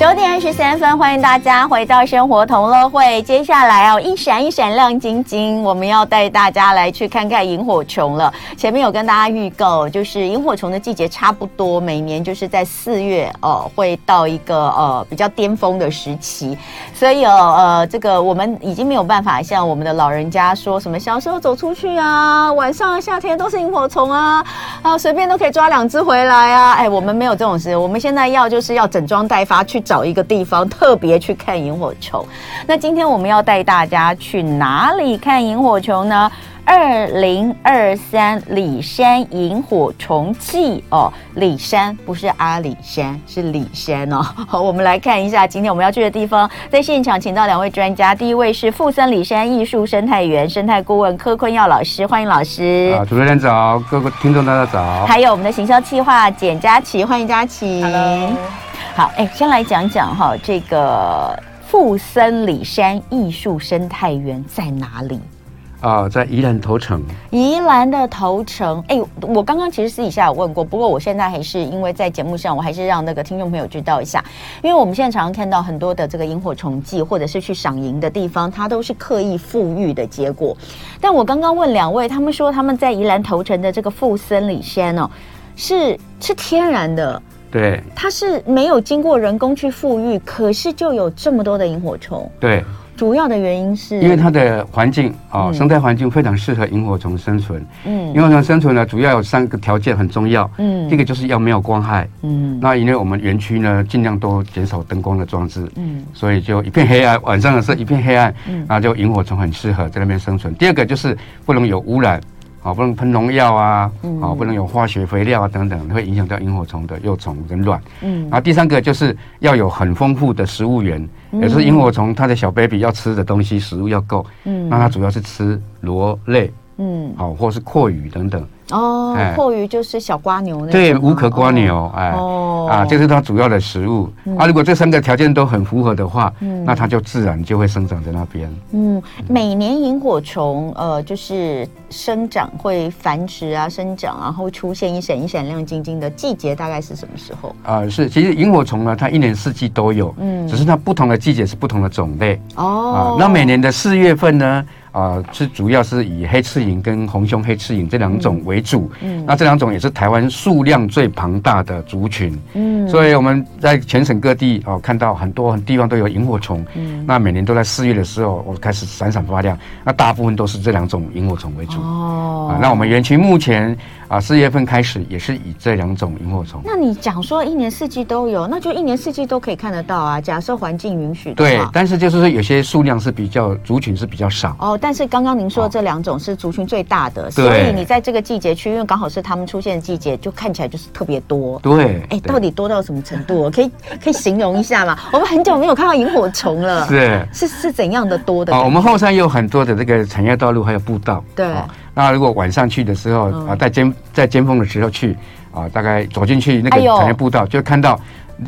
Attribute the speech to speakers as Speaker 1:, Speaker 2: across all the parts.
Speaker 1: 九点十三分，欢迎大家回到生活同乐会。接下来哦，一闪一闪亮晶晶，我们要带大家来去看看萤火虫了。前面有跟大家预告，就是萤火虫的季节差不多，每年就是在四月哦，会到一个呃比较巅峰的时期。所以哦呃，这个我们已经没有办法像我们的老人家说什么小时候走出去啊，晚上啊夏天都是萤火虫啊，啊随便都可以抓两只回来啊。哎，我们没有这种事，我们现在要就是要整装待发去找。找一个地方特别去看萤火虫，那今天我们要带大家去哪里看萤火虫呢？二零二三里山萤火虫季哦，里山不是阿里山，是里山哦。 好，我们来看一下今天我们要去的地方，在现场请到两位专家，第一位是富森里山艺术生态园生态顾问柯坤耀老师，欢迎老师。
Speaker 2: 啊，主持人早，各位听众大家早。
Speaker 1: 还有我们的行销企划简佳琪，欢迎佳琪。
Speaker 3: Hello。
Speaker 1: 好，哎，先来讲讲哈，这个富森里山艺术生态园在哪里？
Speaker 2: 啊、呃，在宜兰头城。
Speaker 1: 宜兰的头城，哎，我刚刚其实私底下有问过，不过我现在还是因为在节目上，我还是让那个听众朋友知道一下，因为我们现在常常看到很多的这个萤火虫季，或者是去赏萤的地方，它都是刻意富裕的结果。但我刚刚问两位，他们说他们在宜兰头城的这个富森里山哦，是是天然的。
Speaker 2: 对，
Speaker 1: 它是没有经过人工去富裕，可是就有这么多的萤火虫。
Speaker 2: 对，
Speaker 1: 主要的原因是
Speaker 2: 因为它的环境啊、哦嗯，生态环境非常适合萤火虫生存。嗯，萤火虫生存呢，主要有三个条件很重要。嗯，第一个就是要没有光害。嗯，那因为我们园区呢，尽量都减少灯光的装置。嗯，所以就一片黑暗，晚上的是一片黑暗。嗯，那就萤火虫很适合在那边生存。第二个就是不能有污染。好，不能喷农药啊，好，不能有化学肥料啊，等等，会影响到萤火虫的幼虫跟卵。嗯，然后第三个就是要有很丰富的食物源，也就是萤火虫它的小 baby 要吃的东西，食物要够。嗯，那它主要是吃螺类，嗯，好，或是阔鱼等等。
Speaker 1: 哦，阔鱼就是小瓜牛那
Speaker 2: 哎
Speaker 1: 哦
Speaker 2: 对，哦无壳瓜牛，哎，啊，这是它主要的食物。啊，如果这三个条件都很符合的话，那它就自然就会生长在那边。
Speaker 1: 嗯，每年萤火虫，呃，就是生长会繁殖啊，生长，然后出现一闪一闪亮晶晶的季节，大概是什么时候？
Speaker 2: 啊，是，其实萤火虫呢，它一年四季都有，嗯，只是它不同的季节是不同的种类。哦，那每年的四月份呢？啊、呃，是主要是以黑翅萤跟红胸黑翅萤这两种为主，嗯，那这两种也是台湾数量最庞大的族群，嗯，所以我们在全省各地哦、呃、看到很多地方都有萤火虫，嗯，那每年都在四月的时候，我开始闪闪发亮，那大部分都是这两种萤火虫为主，哦，啊、呃，那我们园区目前啊四月份开始也是以这两种萤火虫，
Speaker 1: 那你讲说一年四季都有，那就一年四季都可以看得到啊，假设环境允许，
Speaker 2: 对，但是就是说有些数量是比较族群是比较少
Speaker 1: 哦。但是刚刚您说的这两种是族群最大的，所以你在这个季节去，因为刚好是他们出现的季节，就看起来就是特别多。
Speaker 2: 对，
Speaker 1: 哎，到底多到什么程度？可以可以形容一下吗？ 我们很久没有看到萤火虫了，
Speaker 2: 是
Speaker 1: 是是怎样的多的？
Speaker 2: 哦，我们后山有很多的这个产业道路还有步道。
Speaker 1: 对，嗯
Speaker 2: 哦、那如果晚上去的时候啊、呃，在尖在尖峰的时候去啊、呃，大概走进去那个产业步道，哎、就看到。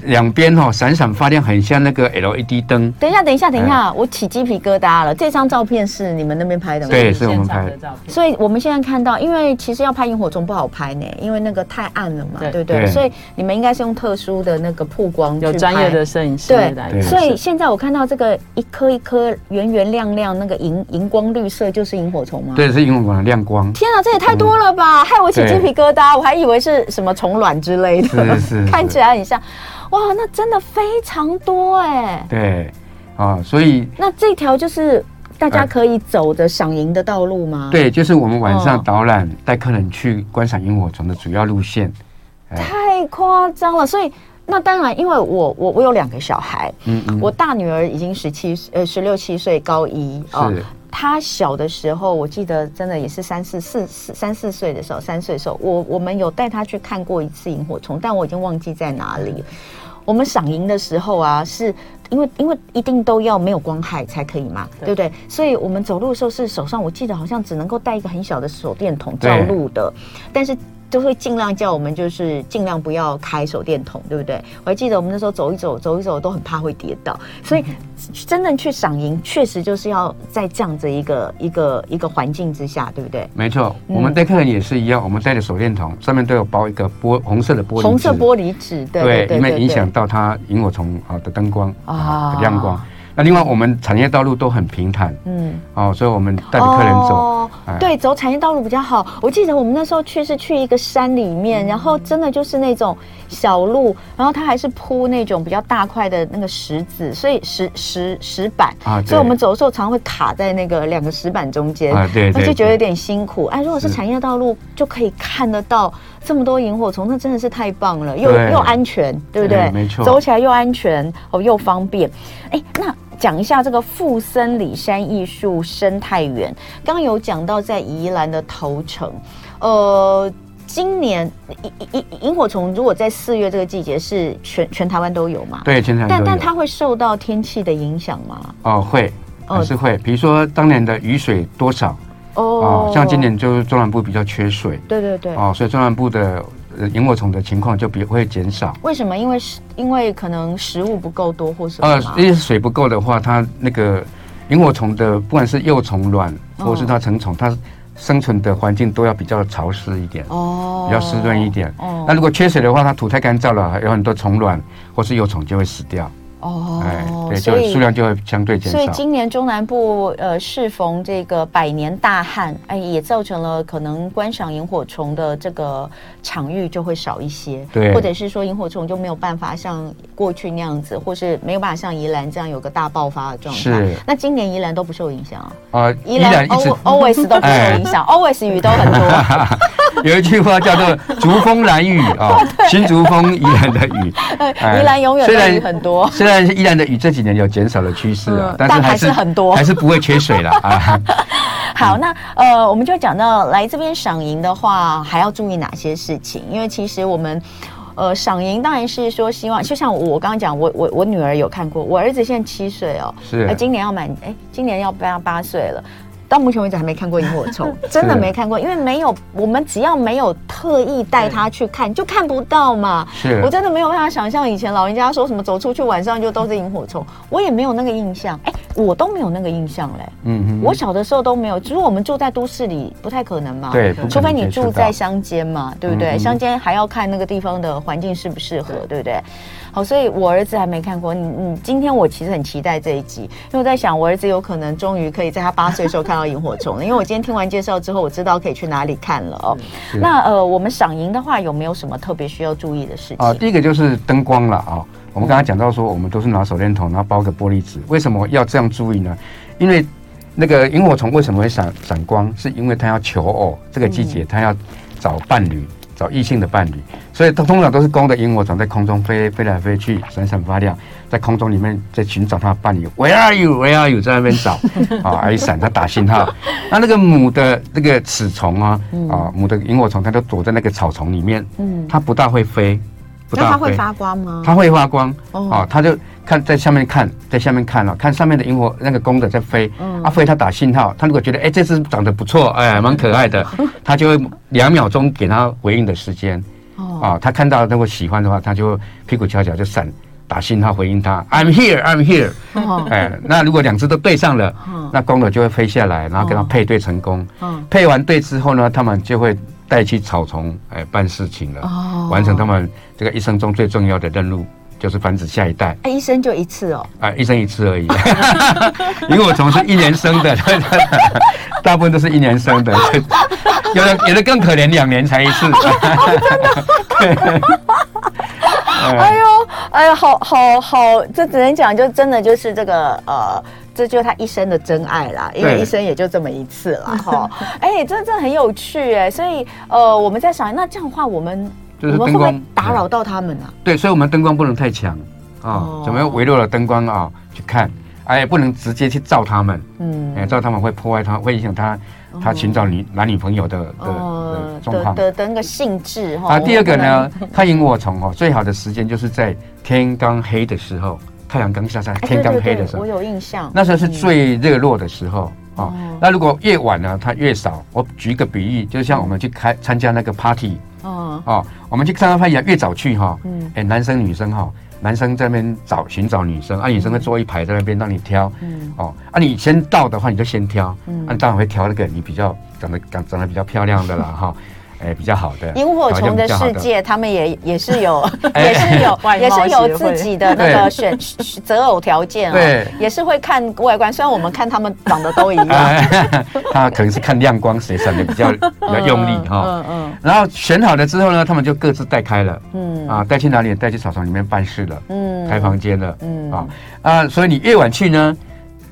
Speaker 2: 两边哈闪闪发亮，很像那个 LED 灯。
Speaker 1: 等一下，等一下，等一下，我起鸡皮疙瘩了。这张照片是你们那边拍的吗？
Speaker 2: 对，是我们拍的。
Speaker 1: 所以我们现在看到，因为其实要拍萤火虫不好拍呢，因为那个太暗了嘛，对不对？所以你们应该是用特殊的那个曝光，
Speaker 3: 有专业的摄影师
Speaker 1: 对，所以现在我看到这个一颗一颗圆圆亮亮，那个荧荧光绿色就是萤火虫吗？
Speaker 2: 对，是萤火虫的亮 光。
Speaker 1: 天啊，这也太多了
Speaker 2: 嗯
Speaker 1: 吧！害我起鸡皮疙瘩，我还以为是什么虫卵之类的，
Speaker 2: 嗯是是，
Speaker 1: 看起来很像。哇，那真的非常多哎！
Speaker 2: 对，啊，所以
Speaker 1: 那这条就是大家可以走的赏萤的道路吗？
Speaker 2: 对，就是我们晚上导览带客人去观赏萤火虫的主要路线。
Speaker 1: 太夸张了，所以那当然，因为我我我有两个小孩，嗯嗯，我大女儿已经十七呃十六七岁，高一
Speaker 2: 啊。是
Speaker 1: 他小的时候，我记得真的也是三四四四三四岁的时候，三岁的时候，我我们有带他去看过一次萤火虫，但我已经忘记在哪里了。我们赏萤的时候啊，是因为因为一定都要没有光害才可以嘛，对不对？所以我们走路的时候是手上，我记得好像只能够带一个很小的手电筒照路的，但是都会尽量叫我们就是尽量不要开手电筒，对不对？我还记得我们那时候走一走，走一走都很怕会跌倒，所以真正去赏萤，确实就是要在这样子一个一个一个环境之下，对不对？
Speaker 2: 没错，
Speaker 1: 嗯
Speaker 2: 我们带客人也是一样，我们带着手电筒，上面都有包一个玻红色的玻璃纸，
Speaker 1: 红色玻璃纸，对对对，
Speaker 2: 因为影响到它萤火虫啊的灯光
Speaker 1: 啊
Speaker 2: 的亮光。那另外，我们产业道路都很平坦，嗯，哦，所以我们带着客人
Speaker 1: 哦
Speaker 2: 走，哎
Speaker 1: 对，走产业道路比较好。我记得我们那时候去是去一个山里面，然后真的就是那种小路，然后它还是铺那种比较大块的那个石子，所以石石石板，
Speaker 2: 啊对
Speaker 1: 所以我们走的时候常会卡在那个两个石板中间，
Speaker 2: 啊对对
Speaker 1: 那就觉得
Speaker 2: 对
Speaker 1: 有点辛苦。哎，如果是
Speaker 2: 是
Speaker 1: 产业道路，就可以看得到这么多萤火虫，那真的是太棒了，又
Speaker 2: 对
Speaker 1: 又安全，对不对？
Speaker 2: 嗯没错
Speaker 1: 走起来又安全哦，又方便。哎，那讲一下这个富森里山艺术生态园，刚刚有讲到在宜兰的头城，呃。今年萤萤萤萤火虫如果在四月这个季节是全全台湾都有嘛？。
Speaker 2: 对，全场
Speaker 1: 但
Speaker 2: 都
Speaker 1: 但
Speaker 2: 有。
Speaker 1: 它会受到天气的影响吗？
Speaker 2: 哦，会，
Speaker 1: 哦
Speaker 2: 还是会。比如说当年的雨水多少哦，像今，年就是中南部比较缺水
Speaker 1: 对对对，
Speaker 2: 哦，所以中南部的呃萤火虫的情况就比会减少。
Speaker 1: 为什么？因为是因为可能食物不够多或什么
Speaker 2: 呃，
Speaker 1: 吗？
Speaker 2: 因为水不够的话，它那个萤火虫的不管是幼虫、卵，
Speaker 1: 哦
Speaker 2: 或是它成虫，它生存的环境都要比较潮湿一点。
Speaker 1: 哦
Speaker 2: 比较湿润一点。
Speaker 1: 哦
Speaker 2: 那如果缺水的话，它土太干燥了，有很多虫卵或是幼虫就会死掉，哎
Speaker 1: 哦，，
Speaker 2: 对，
Speaker 1: 所
Speaker 2: 就
Speaker 1: 以
Speaker 2: 数量就会相对减
Speaker 1: 所以
Speaker 2: 少。
Speaker 1: 今年中南部呃适逢这个百年大旱，哎，也造成了可能观赏萤火虫的这个场域就会少一些，
Speaker 2: 对
Speaker 1: 或者是说萤火虫就没有办法像过去那样子，或是没有办法像宜兰这样有个大爆发的状态。
Speaker 2: 是
Speaker 1: 那今年宜兰都不受影响啊，
Speaker 2: 啊，
Speaker 1: 宜
Speaker 2: 依
Speaker 1: 兰
Speaker 2: 然一
Speaker 1: al-
Speaker 2: 直哎
Speaker 1: always 都不受影响，always 雨都很多，
Speaker 2: 有一句话叫做“竹风兰雨” 啊，新竹风宜兰的雨，哎
Speaker 1: 哦宜兰永远
Speaker 2: 虽
Speaker 1: 都
Speaker 2: 然
Speaker 1: 雨很多。
Speaker 2: 虽然宜兰的雨这几年有减少的趋势啊
Speaker 1: 嗯，
Speaker 2: 但是
Speaker 1: 但还
Speaker 2: 还
Speaker 1: 是
Speaker 2: 是
Speaker 1: 很多
Speaker 2: 还是不会缺水了 啊。
Speaker 1: 好，那呃，我们就讲到来这边赏萤的话，还要注意哪些事情？因为其实我们。呃，赏萤当然是说希望，就像我刚刚讲，我我我女儿有看过，我儿子现在七岁哦，
Speaker 2: 是
Speaker 1: 呃今年要满，哎，今年要八八岁了，到目前为止还没看过萤火虫，真的
Speaker 2: 是
Speaker 1: 没看过，因为没有，我们只要没有特意带他去看，就看不到嘛。
Speaker 2: 是
Speaker 1: 我真的没有办法想象以前老人家说什么走出去晚上就都是萤火虫，我也没有那个印象，哎，我都没有那个印象嘞。
Speaker 2: 嗯
Speaker 1: 我小的时候都没有，只是我们住在都市里，不太可能嘛。
Speaker 2: 对不可能
Speaker 1: 除非你
Speaker 2: 接触
Speaker 1: 住
Speaker 2: 到
Speaker 1: 在乡间嘛，对不对？
Speaker 2: 嗯嗯
Speaker 1: 乡间还要看那个地方的环境适不适合，对不对？好，所以我儿子还没看过。你你今天我其实很期待这一集，因为我在想，我儿子有可能终于可以在他八岁的时候看到萤火虫了。因为我今天听完介绍之后，我知道可以去哪里看了哦。
Speaker 2: 嗯是
Speaker 1: 那呃，我们赏萤的话，有没有什么特别需要注意的事
Speaker 2: 啊，
Speaker 1: 情？
Speaker 2: 第一个就是灯光了啊。我们刚刚讲到说，我们都是拿手电筒，然后包个玻璃纸。为什么要这样注意呢？因为那个萤火虫为什么会闪闪光，是因为它要求偶，这个季节它要找伴侣，找异性的伴侣，所以它通常都是公的萤火虫在空中飞飞来飞去，闪闪发亮，在空中里面在寻找它的伴侣。Where are you? Where are you? 在那边 找啊，还闪它打信号。那那个母的那个齿虫啊，啊母的萤火虫它都躲在那个草丛里面，
Speaker 1: 嗯，
Speaker 2: 它不大会飞，不
Speaker 1: 那
Speaker 2: 大
Speaker 1: 它会发光吗？
Speaker 2: 它会发光
Speaker 1: 嗯哦
Speaker 2: 哦，它就看在下面看，在下面看了、看上面的萤火那个公的在飞，
Speaker 1: 嗯
Speaker 2: 啊飞它打信号，它如果觉得哎、这只长得不错，哎蛮可爱 的，它就会两秒钟给它回应的时间，
Speaker 1: 哦，
Speaker 2: 啊、它看到如果喜欢的话，它就屁股翘起来就闪打信号回应它，I'm here, I'm here，
Speaker 1: 哦
Speaker 2: 哎、那如果两只都对上了
Speaker 1: 嗯，
Speaker 2: 那公的就会飞下来，然后跟它
Speaker 1: 哦
Speaker 2: 配对成功，
Speaker 1: 嗯，
Speaker 2: 配完对之后呢，他们就会带去草丛哎、办事情了。
Speaker 1: 哦
Speaker 2: 完成他们这个一生中最重要的任务，就是繁殖下一代
Speaker 1: 哎，一生就一次哦。
Speaker 2: 啊，一生一次而 已。因为我从是一年生的， 大部分都是一年生的， 有的有的更可怜，两年才一 次。
Speaker 1: 哦 哎呦，哎呀，好好好，这只能讲，就真的就是这个呃，这就是他一生的真爱啦，因为
Speaker 2: 对
Speaker 1: 一生也就这么一次 啦，哈。哎，这这很有趣哎，所以呃，我们在想，那这样的话，我们我
Speaker 2: 就是
Speaker 1: 们会
Speaker 2: 灯
Speaker 1: 不
Speaker 2: 光
Speaker 1: 会打扰到他们啊？
Speaker 2: 对，所以我们灯光不能太强
Speaker 1: 哦
Speaker 2: 啊，怎么样围绕了灯光啊去看，哎，也不能直接去照他们，
Speaker 1: 嗯，
Speaker 2: 哎，照他们会破坏他，会影响他他寻找女男女朋友的的的
Speaker 1: 哦
Speaker 2: 状况。
Speaker 1: 的的那个哦性质哈。我
Speaker 2: 啊，
Speaker 1: 们
Speaker 2: 第二
Speaker 1: 不
Speaker 2: 个
Speaker 1: 能
Speaker 2: 呢，看萤火虫哦，最好的时间就是在天刚黑的时候，太阳刚下山，
Speaker 1: 哎
Speaker 2: 天刚
Speaker 1: 对对
Speaker 2: 黑的
Speaker 1: 对
Speaker 2: 时候
Speaker 1: 我，有印象。
Speaker 2: 那时候是最热络的时候哦
Speaker 1: 哦。
Speaker 2: 那如果越晚呢，它越少。我举一个比喻，就像我们去开参加那个 party，
Speaker 1: 嗯
Speaker 2: 哦，我们去上山攀岩越早去哈，
Speaker 1: 嗯
Speaker 2: 哎，男生女生哈，男生在那边找寻找女生，啊，女生会坐一排在那边让你挑，
Speaker 1: 嗯
Speaker 2: 哦，啊，你先到的话你就先挑，
Speaker 1: 嗯
Speaker 2: 嗯，啊，当然会挑那个你比较长得长长得比较漂亮的啦哈， 哎，比较好的，
Speaker 1: 萤火虫的
Speaker 2: 条件比较好
Speaker 1: 世 界，他们也也是有，
Speaker 2: 哎
Speaker 1: 也是 有，
Speaker 3: 外貌
Speaker 1: 也是有
Speaker 3: 协会
Speaker 1: 自己的那个选择偶条件啊、
Speaker 2: 对
Speaker 1: 也是会看外观。虽然我们看他们长得都一样，
Speaker 2: 哎，他可能是看亮光谁闪的比较比较用力哈。
Speaker 1: 嗯嗯
Speaker 2: 然后选好了之后呢，他们就各自带开了，
Speaker 1: 嗯
Speaker 2: 啊，带去哪里？带去草丛里面办事了，
Speaker 1: 嗯
Speaker 2: 开房间了，
Speaker 1: 嗯
Speaker 2: 啊啊，所以你越晚去呢，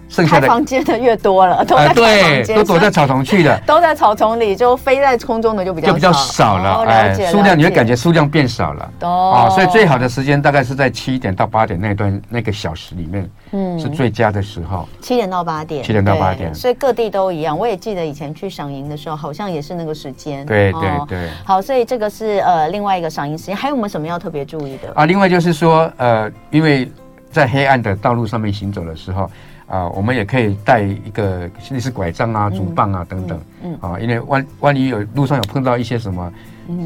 Speaker 2: 剩下
Speaker 1: 开
Speaker 2: 的啊
Speaker 1: 房间的越多了，都在开
Speaker 2: 哎对
Speaker 1: 房，间
Speaker 2: 都躲在草丛去了，
Speaker 1: 都在草丛里，就飞在空中的 就比较
Speaker 2: 就比较少了，哎
Speaker 1: 哦了解，
Speaker 2: 数量啊你会感
Speaker 1: 觉
Speaker 2: 觉数量变少了。
Speaker 1: 哦
Speaker 2: 啊，所以最好的时间大概是在七点到八点那段那个小时里面，
Speaker 1: 嗯
Speaker 2: 是最佳的时候。
Speaker 1: 七点到八点，
Speaker 2: 7点到
Speaker 1: 对
Speaker 2: 8点
Speaker 1: 所以各地都一样。我也记得以前去赏萤的时候，好像也是那个时间。
Speaker 2: 对
Speaker 1: 哦
Speaker 2: 对对
Speaker 1: 好，所以这个是呃另外一个赏萤时间，还有没有什么要特别注意的？
Speaker 2: 啊，另外就是说，呃，因为在黑暗的道路上面行走的时候，啊，我们也可以带一个类似拐杖啊、竹棒啊等等，
Speaker 1: 嗯嗯
Speaker 2: 啊，因为万万一有路上有碰到一些什么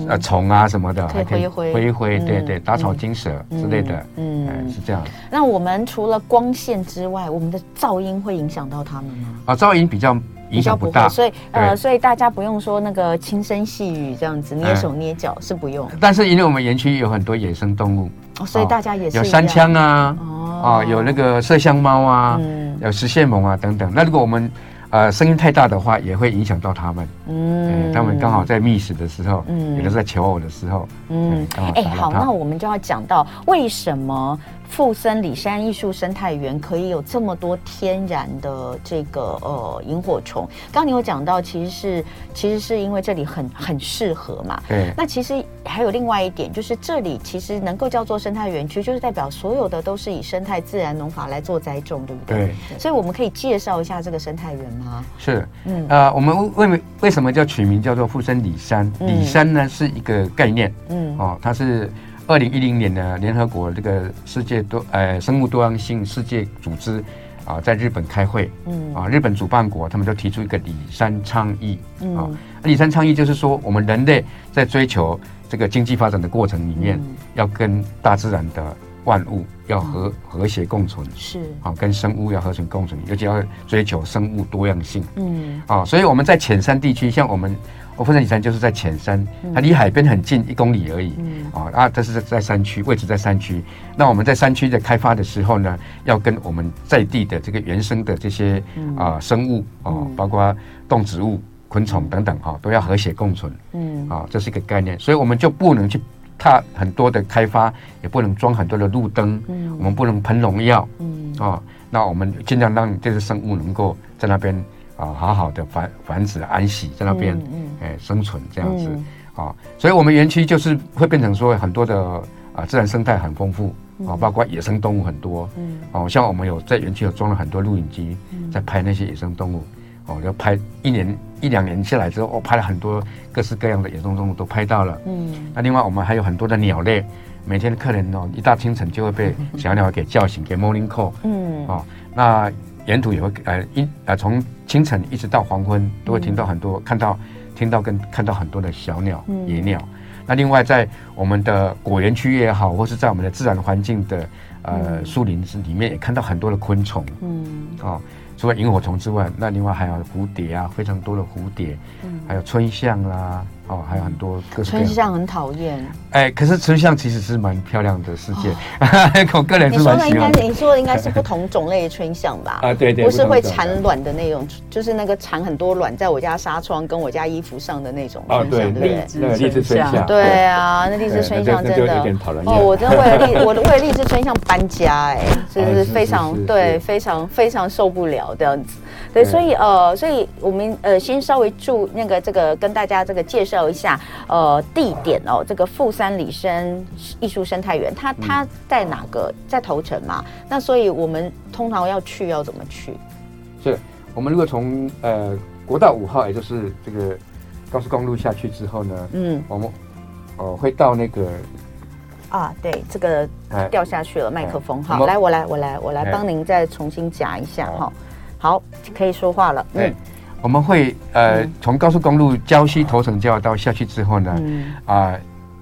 Speaker 2: 呃虫啊什么的，
Speaker 1: 可以
Speaker 2: 还
Speaker 1: 挥一挥
Speaker 2: 挥一挥，对
Speaker 1: 嗯
Speaker 2: 对，打草惊蛇之类的，
Speaker 1: 嗯嗯
Speaker 2: 嗯，是这样。
Speaker 1: 那我们除了光线之外，我们的噪音会影响到他们吗？
Speaker 2: 啊，噪音比较影响不大，
Speaker 1: 所以呃，
Speaker 2: 对哎
Speaker 1: 所以大家不用说那个轻声细语这样子捏手捏脚、是不用、
Speaker 2: 但是因为我们园区有很多野生动物，啊
Speaker 1: 哦所以大家也是
Speaker 2: 有
Speaker 1: 一
Speaker 2: 山
Speaker 1: 样
Speaker 2: 枪啊，
Speaker 1: 哦
Speaker 2: 啊，有那个麝香猫啊，
Speaker 1: 嗯
Speaker 2: 有石蟹獴啊等等。那如果我们呃声音太大的话，也会影响到它们。嗯，它们刚好在觅食的时候，
Speaker 1: 嗯
Speaker 2: 有的是在求偶的时候，
Speaker 1: 嗯
Speaker 2: 嗯，刚好
Speaker 1: 哎、
Speaker 2: 打扰
Speaker 1: 好，
Speaker 2: 它
Speaker 1: 那我们就要讲到为什么富森里山艺术生态园可以有这么多天然的这个呃萤火虫。刚刚你有讲到，其实是其实是因为这里很很适合嘛。
Speaker 2: 对
Speaker 1: 那其实还有另外一点，就是这里其实能够叫做生态园区，就是代表所有的都是以生态自然农法来做栽种，对不对？
Speaker 2: 对
Speaker 1: 所以我们可以介绍一下这个生态园吗？
Speaker 2: 是。
Speaker 1: 嗯
Speaker 2: 呃，我们为为什么叫取名叫做富生里山？
Speaker 1: 嗯
Speaker 2: 里山呢是一个概念
Speaker 1: 嗯
Speaker 2: 哦，它是二零一零年呢联合国这个世界多呃生物多样性世界组织啊在日本开会，
Speaker 1: 嗯
Speaker 2: 啊，日本主办国他们就提出一个里山倡议啊
Speaker 1: 嗯，
Speaker 2: 那里山倡议就是说，我们人类在追求这个经济发展的过程里面，
Speaker 1: 嗯
Speaker 2: 要跟大自然的万物要和、和谐共存，
Speaker 1: 是
Speaker 2: 啊，跟生物要和谐共存，尤其要追求生物多样性
Speaker 1: 嗯
Speaker 2: 啊，所以我们在浅山地区，像我们。我富山里山就是在浅山，它离海边很近，一公里而已。啊啊，这是在山区，位置在山区。那我们在山区的开发的时候呢，要跟我们在地的这个原生的这些啊、生物哦、包括动植物、昆虫等等哈、哦都要和谐共存。
Speaker 1: 嗯
Speaker 2: 啊，这是一个概念，所以我们就不能去踏很多的开发，也不能装很多的路灯，我们不能喷农药，
Speaker 1: 嗯
Speaker 2: 啊，那我们尽量让这些生物能够在那边啊好好的繁繁殖安息，在那边哎、
Speaker 1: 嗯
Speaker 2: 呃生存这样子
Speaker 1: 嗯
Speaker 2: 啊，所以我们园区就是会变成说很多的啊自然生态很丰富啊，包括野生动物很多，
Speaker 1: 嗯
Speaker 2: 哦，像我们有在园区有装了很多录影机，在拍那些野生动物。哦，就拍一年一两年下来之后，我、哦、拍了很多各式各样的野生动物都拍到了。
Speaker 1: 嗯
Speaker 2: 那另外我们还有很多的鸟类，每天的客人哦，一大清晨就会被小鸟给叫醒，给 morning call
Speaker 1: 嗯
Speaker 2: 哦。那沿途也会呃一呃从清晨一直到黄昏，都会听
Speaker 1: 嗯
Speaker 2: 到很多、看到听到跟看到很多的小鸟、野鸟。那另外在我们的果园区也好，或是在我们的自然环境的呃树林子里面，也看到很多的昆虫。
Speaker 1: 嗯
Speaker 2: 哦，除了萤火虫之外，那另外还有蝴蝶啊，非常多的蝴蝶，还有春象啦、哦，还有很多各式
Speaker 1: 嗯
Speaker 2: 各
Speaker 1: 春
Speaker 2: 样。
Speaker 1: 象很讨厌。
Speaker 2: 哎，可是春象其实是蛮漂亮的世界， 我个人
Speaker 1: 哦你
Speaker 2: 哎是
Speaker 1: 说
Speaker 2: 蛮
Speaker 1: 的应该
Speaker 2: 喜欢
Speaker 1: 是
Speaker 2: 的。
Speaker 1: 你说的应该是不同种类的春象吧？
Speaker 2: 啊对对
Speaker 1: 不是
Speaker 2: 不同
Speaker 1: 会
Speaker 2: 种的
Speaker 1: 产卵的那种，就是那个产很多卵在我家纱窗跟我家衣服上的那种
Speaker 2: 哦
Speaker 1: 春象，对不对
Speaker 3: 荔？枝对荔枝春象
Speaker 1: 对啊，那荔枝
Speaker 2: 对
Speaker 1: 春
Speaker 2: 那就
Speaker 1: 象
Speaker 2: 那
Speaker 1: 真
Speaker 2: 就有
Speaker 1: 的
Speaker 2: 点讨人厌
Speaker 1: 哦，我真的为了荔，我为了荔枝春象搬家，哎，就
Speaker 2: 哎
Speaker 1: 是
Speaker 2: 是
Speaker 1: 非常
Speaker 2: 是是
Speaker 1: 对，
Speaker 2: 是
Speaker 1: 非常非常受不了这样子。对，
Speaker 2: 对
Speaker 1: 所以呃，所以我们呃先稍微注那个这个跟大家这个介绍一下呃地点哦，这个富山里生艺术生态园，它
Speaker 2: 嗯
Speaker 1: 它在哪个在头城嘛？那所以我们通常要去要怎么去？
Speaker 2: 是我们如果从呃国道五号，也就是这个高速公路下去之后呢，
Speaker 1: 嗯
Speaker 2: 我们哦会到那个
Speaker 1: 啊，对，这个
Speaker 2: 哎
Speaker 1: 掉下去了，麦克风。
Speaker 2: 哎
Speaker 1: 好，
Speaker 2: 那么
Speaker 1: 来，我来，我来，我来
Speaker 2: 哎
Speaker 1: 帮您再重新夹一下
Speaker 2: 好
Speaker 1: 哈。好，可以说话了。
Speaker 2: 哎
Speaker 1: 嗯，
Speaker 2: 我们会呃从高速公路礁溪头城交流道下去之后呢，
Speaker 1: 嗯
Speaker 2: 啊、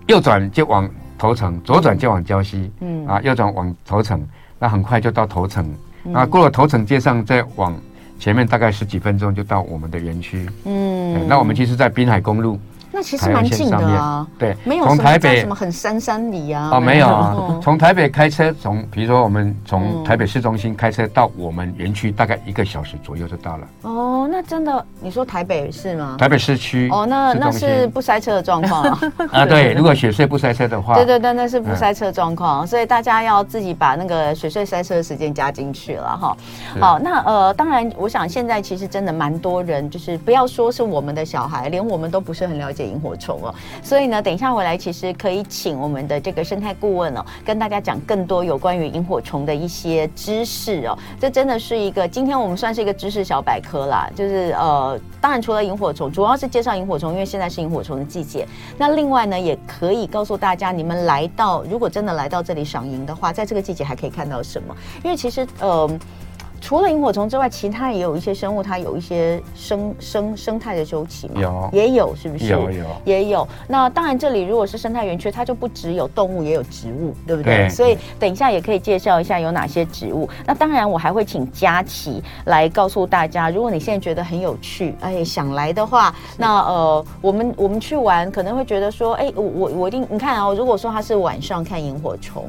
Speaker 2: 右转就往头城，左转就往礁溪，
Speaker 1: 嗯
Speaker 2: 啊，右转往头城，那很快就到头城，
Speaker 1: 嗯
Speaker 2: 那啊过了头城街上再往前面大概十几分钟就到我们的园区。哎
Speaker 1: 嗯
Speaker 2: 那我们其实，在滨海公路，
Speaker 1: 那其实蛮近的啊，
Speaker 2: 对，
Speaker 1: 没有什
Speaker 2: 从
Speaker 1: 么
Speaker 2: 台
Speaker 1: 在
Speaker 2: 北
Speaker 1: 什么很山山里啊，
Speaker 2: 哦，没有啊
Speaker 1: 哦，
Speaker 2: 从台北开车，从比如说我们从
Speaker 1: 嗯
Speaker 2: 台北市中心开车到我们园区，大概一个小时左右就到了。
Speaker 1: 哦，那真的，你说台北是吗？
Speaker 2: 台北市区
Speaker 1: 哦，那
Speaker 2: 市
Speaker 1: 那
Speaker 2: 中心
Speaker 1: 是不塞车的状况啊。
Speaker 2: 啊，对，如果雪隧不塞车的话，
Speaker 1: 对对对，那是不塞车状况，所以大家要自己把那个雪隧塞车的时间加进去了哈。
Speaker 2: 是
Speaker 1: 好，那呃，当然，我想现在其实真的蛮多人，就是不要说是我们的小孩，连我们都不是很了解萤火虫哦。所以呢，等一下回来，其实可以请我们的这个生态顾问哦，跟大家讲更多有关于萤火虫的一些知识哦。这真的是一个，今天我们算是一个知识小百科啦，就是呃，当然除了萤火虫，主要是介绍萤火虫，因为现在是萤火虫的季节。那另外呢，也可以告诉大家，你们来到如果真的来到这里赏萤的话，在这个季节还可以看到什么？因为其实呃。除了萤火虫之外，其他也有一些生物，它有一些生生生态的周期嘛，
Speaker 2: 有
Speaker 1: 也有，是不是？
Speaker 2: 有有
Speaker 1: 也有。那当然，这里如果是生态园区，它就不只有动物，也有植物，对不对？
Speaker 2: 对
Speaker 1: 所以等一下也可以介绍一下有哪些植物。那当然，我还会请佳琪来告诉大家，如果你现在觉得很有趣，哎，想来的话，那呃，我们我们去玩可能会觉得说，哎，我我我一定，你看啊、如果说它是晚上看萤火虫。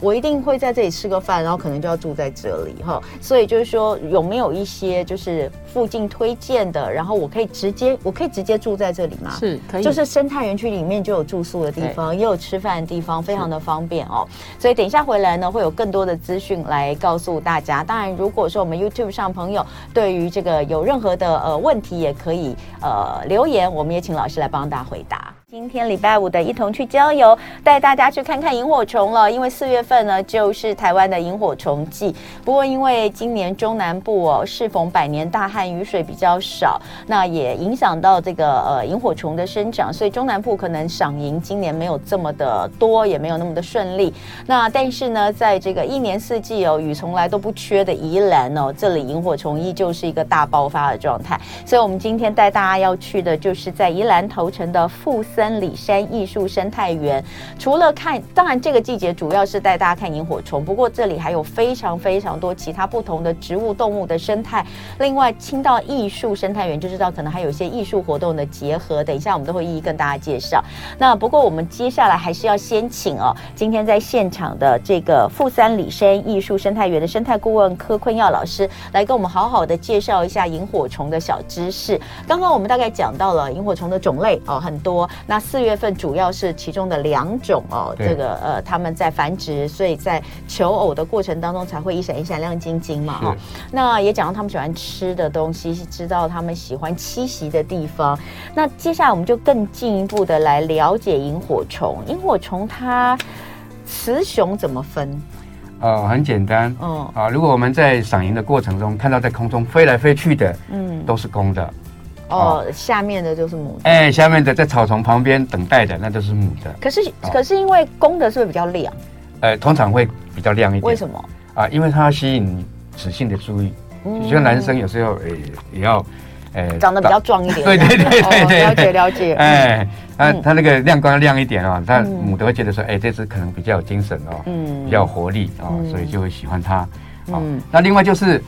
Speaker 1: 我一定会在这里吃个饭，然后可能就要住在这里哈。所以就是说，有没有一些就是附近推荐的，然后我可以直接我可以直接住在这里吗？
Speaker 3: 是可以，
Speaker 1: 就是生态园区里面就有住宿的地方，也有吃饭的地方，非常的方便哦。所以等一下回来呢，会有更多的资讯来告诉大家。当然，如果说我们 YouTube 上朋友对于这个有任何的呃问题，也可以呃留言，我们也请老师来帮大家回答。今天礼拜五的一同去郊游，带大家去看看萤火虫了。因为四月份呢，就是台湾的萤火虫季。不过因为今年中南部哦，适逢百年大旱，雨水比较少，那也影响到这个呃萤火虫的生长，所以中南部可能赏萤今年没有这么的多，也没有那么的顺利。那但是呢，在这个一年四季哦，雨从来都不缺的宜兰哦，这里萤火虫依旧是一个大爆发的状态。所以我们今天带大家要去的就是在宜兰头城的富森里山艺术生态园。除了看，当然这个季节主要是带大家看萤火虫，不过这里还有非常非常多其他不同的植物、动物的生态。另外，青岛艺术生态园就知道可能还有一些艺术活动的结合，等一下我们都会一一跟大家介绍。那不过我们接下来还是要先请哦，今天在现场的这个富山里山艺术生态园的生态顾问柯坤耀老师来跟我们好好的介绍一下萤火虫的小知识。刚刚我们大概讲到了萤火虫的种类哦很多，那四月份主要是其中的两种哦，
Speaker 2: 对
Speaker 1: 这个呃它们在繁殖，所以在求偶的过程当中才会一闪一闪亮晶晶嘛哦。那也讲到他们喜欢吃的东西，是知道他们喜欢栖息的地方。那接下来我们就更进一步的来了解萤火虫。萤火虫它雌雄怎么分？
Speaker 2: 呃，很简单。
Speaker 1: 嗯
Speaker 2: 啊，如果我们在赏萤的过程中看到在空中飞来飞去的，
Speaker 1: 嗯，
Speaker 2: 都是公的。
Speaker 1: 哦，下面的就是母的。
Speaker 2: 哎，下面的在草丛旁边等待的，那都是母的。
Speaker 1: 可是
Speaker 2: 哦
Speaker 1: 可是因为公的是不是比较亮？
Speaker 2: 呃，通常会比较亮一点。
Speaker 1: 为什么？嗯
Speaker 2: 啊，因为它要吸引雌性的注意，就像男生有时候诶、也要，哎诶、
Speaker 1: 长得比较壮一点。
Speaker 2: 对对对对对对
Speaker 1: 哦了解了解。
Speaker 2: 哎，它
Speaker 1: 嗯
Speaker 2: 它那个亮光亮一点哦，它
Speaker 1: 嗯
Speaker 2: 母的会觉得说，哎、这只可能比较有精神哦，
Speaker 1: 嗯
Speaker 2: 比较有活力哦，
Speaker 1: 嗯
Speaker 2: 所以就会喜欢它。哦
Speaker 1: 嗯
Speaker 2: 那另外就是，